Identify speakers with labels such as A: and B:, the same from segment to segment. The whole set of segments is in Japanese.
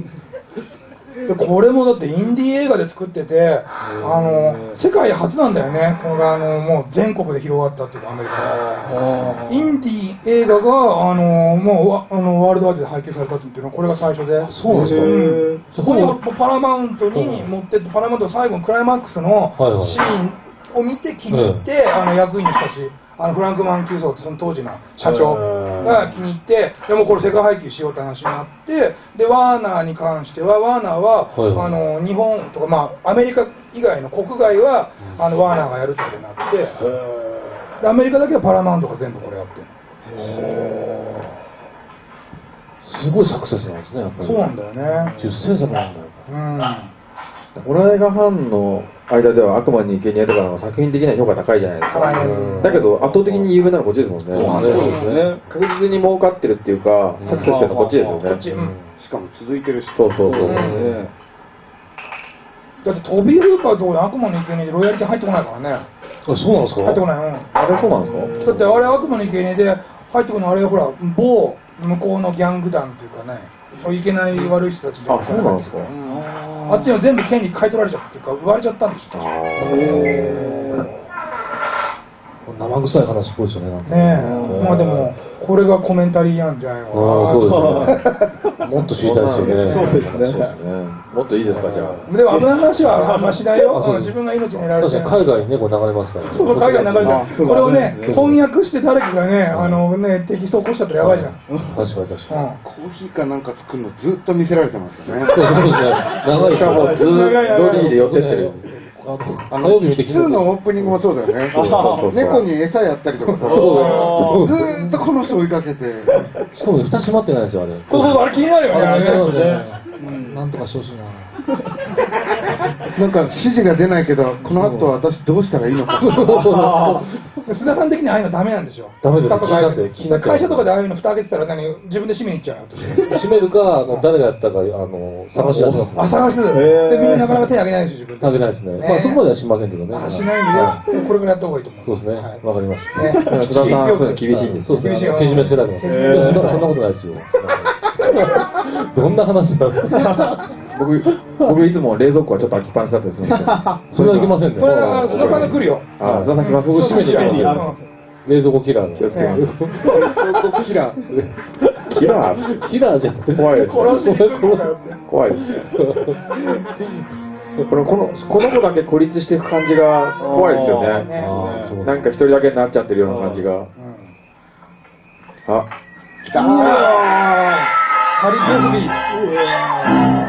A: でこれもだってインディー映画で作ってて、あの世界初なんだよね、これあのもう全国で広がったっていうか、アメリカでインディー映画があのもうわあのワールドワイドで配給されたっていうのは、これが最初で、
B: そうなんですか
A: うん
B: そ
A: そうこをパラマウントに持ってって、パラマウントの最後のクライマックスの
B: はいはい
A: シーンを見て、気に入って、あの役員の人たち、あのフランク・マン急増って、その当時の社長が気に入って、でもこれ、世界配給しようって話になって、でワーナーに関しては、ワーナーは、
B: はい
A: あの日本とか、まあ、アメリカ以外の国外は、あのワーナーがやるってことになって、でアメリカだけはパラマウントが全部これやってる。
B: すごいサクセスなんですね、やっぱり。
A: そうなんだよね。
B: 10制作なんだよ。
A: うん
C: ホラー映画ファンの間では悪魔に生贄とかの作品的な評価高いじゃないです
A: 高い
C: か。だけど圧倒的に有名なのこっちですもんね。
B: そうなんですねそうで
C: 確実に儲かってるっていうか、サクセスしてるのこっちですよね。
A: こっちうん
D: しかも続いてるし。
C: そうそうそう。
A: んだってトビー・フーパーとこに悪魔の生贄にロイヤリティ入ってこないからね
B: あそうなんですか
A: 入ってこない、うん、
C: あれそうなんですか
A: だってあれ悪魔の生贄で入ってこないあれほら某向こうのギャング団っていうかねそういけない悪い人たち
C: あ、そうなんですか。
A: あっちの全部権利買い取られちゃったっていうか奪われちゃったんでしょ確か
B: 生臭い話っぽいですよね、なんか
A: ねえまあでもこれがコメンタリーなんじゃないの
B: ああ、
A: かな
B: そうですね。もっと知りたいですよね。
C: そうですね。もっといいですか、じゃあ。
A: でも危ない話はあんましないよ
B: あそう
A: うん自分が命狙われ
B: 確
A: て
B: かに海外にね、こう流れますから、ね。
A: そうそう海外に流れ
D: あ
A: て
D: そう
A: るこれを
D: あ
A: ね
D: そうですね
A: 翻訳して誰かがねあのねテキスト起こしちゃったらやばいじゃん
B: 確かに確かに。
A: うん
D: コーヒーかなんか作るのずっと見せられてますよね。
B: そうそうで
C: し
B: すね。長い
C: かもずーっとドリーで寄ってってる。
B: あの火曜日見て
D: 普通のオープニングもそうだよね
C: そうそうそう。
D: 猫に餌やったりとかさ、
B: そう
D: ずーっとこの人追いかけて。
B: しかも蓋閉まってないですよ、あれ。
A: そうそうそうあれ気になるよね
B: あ
A: あ
B: れ
A: れ
B: そう
A: ね
B: ですね。なんとかしてほしいな。
D: なんか指示が出ないけど、この後私どうしたらいいのか。
A: 須田さん的にはああいうのダメなんでしょ
B: ダメです
A: 蓋とかああいうの
B: 気になって気になっ
A: 会
B: て
A: 社とかでああいうの蓋開けてたら何自分で閉めに行っちゃうよ私
B: 閉めるか、あの誰がやったか、あの、探し出します、
A: あ探すでみんななかなか手挙げないでしょ自分で
B: あげないですね。
A: ね
B: まあそこまではしませんけどね。
A: あしないんでこれぐらいやった方がいいと思う
B: そうですね。
A: はい
B: わかりました。
A: ね
C: 須田さん、そういうの厳しいんです
B: そ
C: よ。
B: うで
A: 厳
B: すね。
A: しいよ
B: けじめつけられてます。だからそんなことない ですよ。どんな話だろう。
C: 僕、僕いつも冷蔵庫はちょっと開きっぱなしだったりするんですよ。あ、
B: それはいけませんね。
A: これは須田さんが来るよ
C: 須田さん来ます。
B: 僕閉めてきますよ
A: う。
B: 冷蔵庫キラーの。
C: 気をつけま
D: こちら、
C: す。キラー
B: キラーじゃないです
C: 怖いです
A: 殺しに来るんだよ
B: 殺
A: っ
C: 怖いですこのこのこの子だけ孤立していく感じが怖いですよ
A: ね
C: ね
B: ああ、そう
C: なんか一人だけになっちゃってるような感じが
A: てうん
C: あ
D: 来た
A: ハリー・クロスビー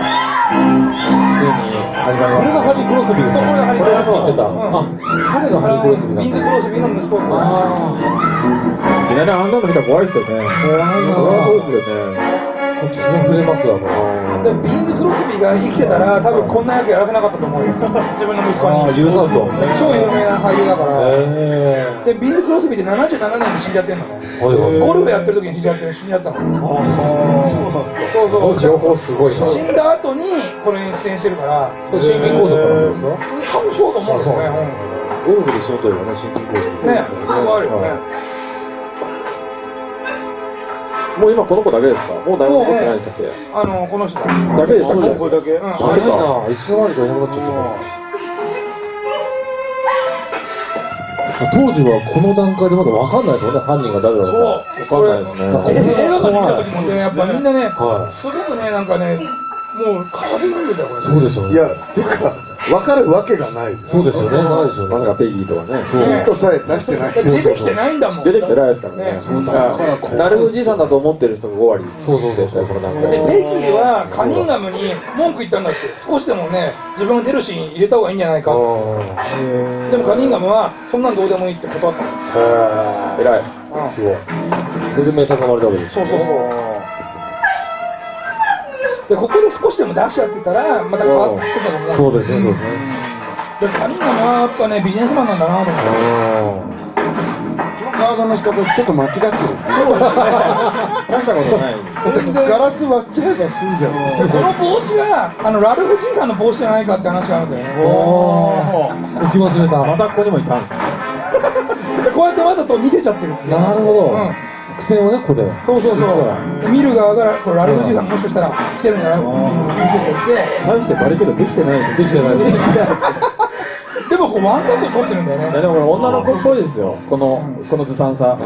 C: 始ま
B: これがハリー・クロスビーですか
A: これがハリークロスビー
B: これがそうだ出た。あ、彼がハリー・クロスビー
A: ビンズ・
B: な
A: クロス
B: んだ。
A: ビーの息子
B: あ
C: いきなりあんなの見たら怖いですよね怖いそうですよね
B: あ、気が触れますわ、これ。
A: でもビンズ・クロスビーが生きてたら多分こんな役やらせなかったと思うよ自分の息子
B: ああ、
A: に
B: 許さんと。
A: 超有名な俳優だから
B: え
A: でビンズ・クロスビーって77年に死んじゃってんのね
B: え。はいはい。
A: ゴルフやってる時に死んじゃって死んじゃったの
B: そうそう。情報すごいな。
A: 死んだ後にこれに出演してるから
B: これ心筋梗塞からですか
A: 多分そうと思うんだよね
B: ゴルフでしょといえばね、心筋梗
A: うんねえそれはあるよね
C: もう今この子だけですかもう誰も残ってないんでしたっけ
A: あのこの人だ
C: だけでしたっけ
D: だけ
A: うん
B: 早いな、いつの間にかいなくなっちゃった。当時はこの段階でまだわかんないですよね、犯人が誰だ
A: そ
B: ろうか。
A: う
C: わかんないですね
A: これ映画館で見た時もねやっぱみんなね
B: はい
A: すごくねなんかねもう風邪飲んでたよこれ
B: そうですよね。
D: いや、てか、わかるわけがないです。
B: そうですよね。ないですよね。
C: まさかペギーとかね
B: そう
D: ヒントさえ出してない。
A: 出てきてないんだもん
C: 出てきてないですからね
A: そう
C: だからなるおじいさんだと思ってる人が5割
B: そうそうそうそう
C: この段
A: で、
C: 階
A: ペ
C: で
A: ギーはカニンガムに文句言ったんだって、少しでもね、自分が出るシーン入れた方がいいんじゃないかってで
B: あ
A: もカニンガムは、そんなんどうでもいいって断ったの。
C: 偉い
A: うん
B: ーすごい。それで名作が生まれたわけです
A: そう
B: よ
A: そうそう。
B: ね。
A: で、ここで少しでも出しちゃってたら、また変わってたのも
B: そうですね、そうで
A: で、
B: すね。
A: カニンガムはやっぱね、ビジネスマンなんだなと思って。
D: このガードの仕方、ちょっと間違ってる。
C: 大したことない
D: ガラス割っちゃえば済んじゃ
A: で
D: う。
A: この帽子が、あの、ラルフじいさんの帽子じゃないかって話があるんだよね。
B: お気持ちでた。またここにもいたんですね。
A: でこうやってわざと見せちゃってるっていう。
B: なるほど
A: うん。
B: 伏線をね、ここで。
A: そうそうそう。見る側が、これ、ラルフおじさんもしかしたら来てるんじゃないかって見てて、
C: 大してバレーボールできてないできてないできて ない
A: でもこうワンカット撮ってるんだよ
C: いや
A: ね。
C: でもこれ女の子っぽいですよこのこのずさんさなんか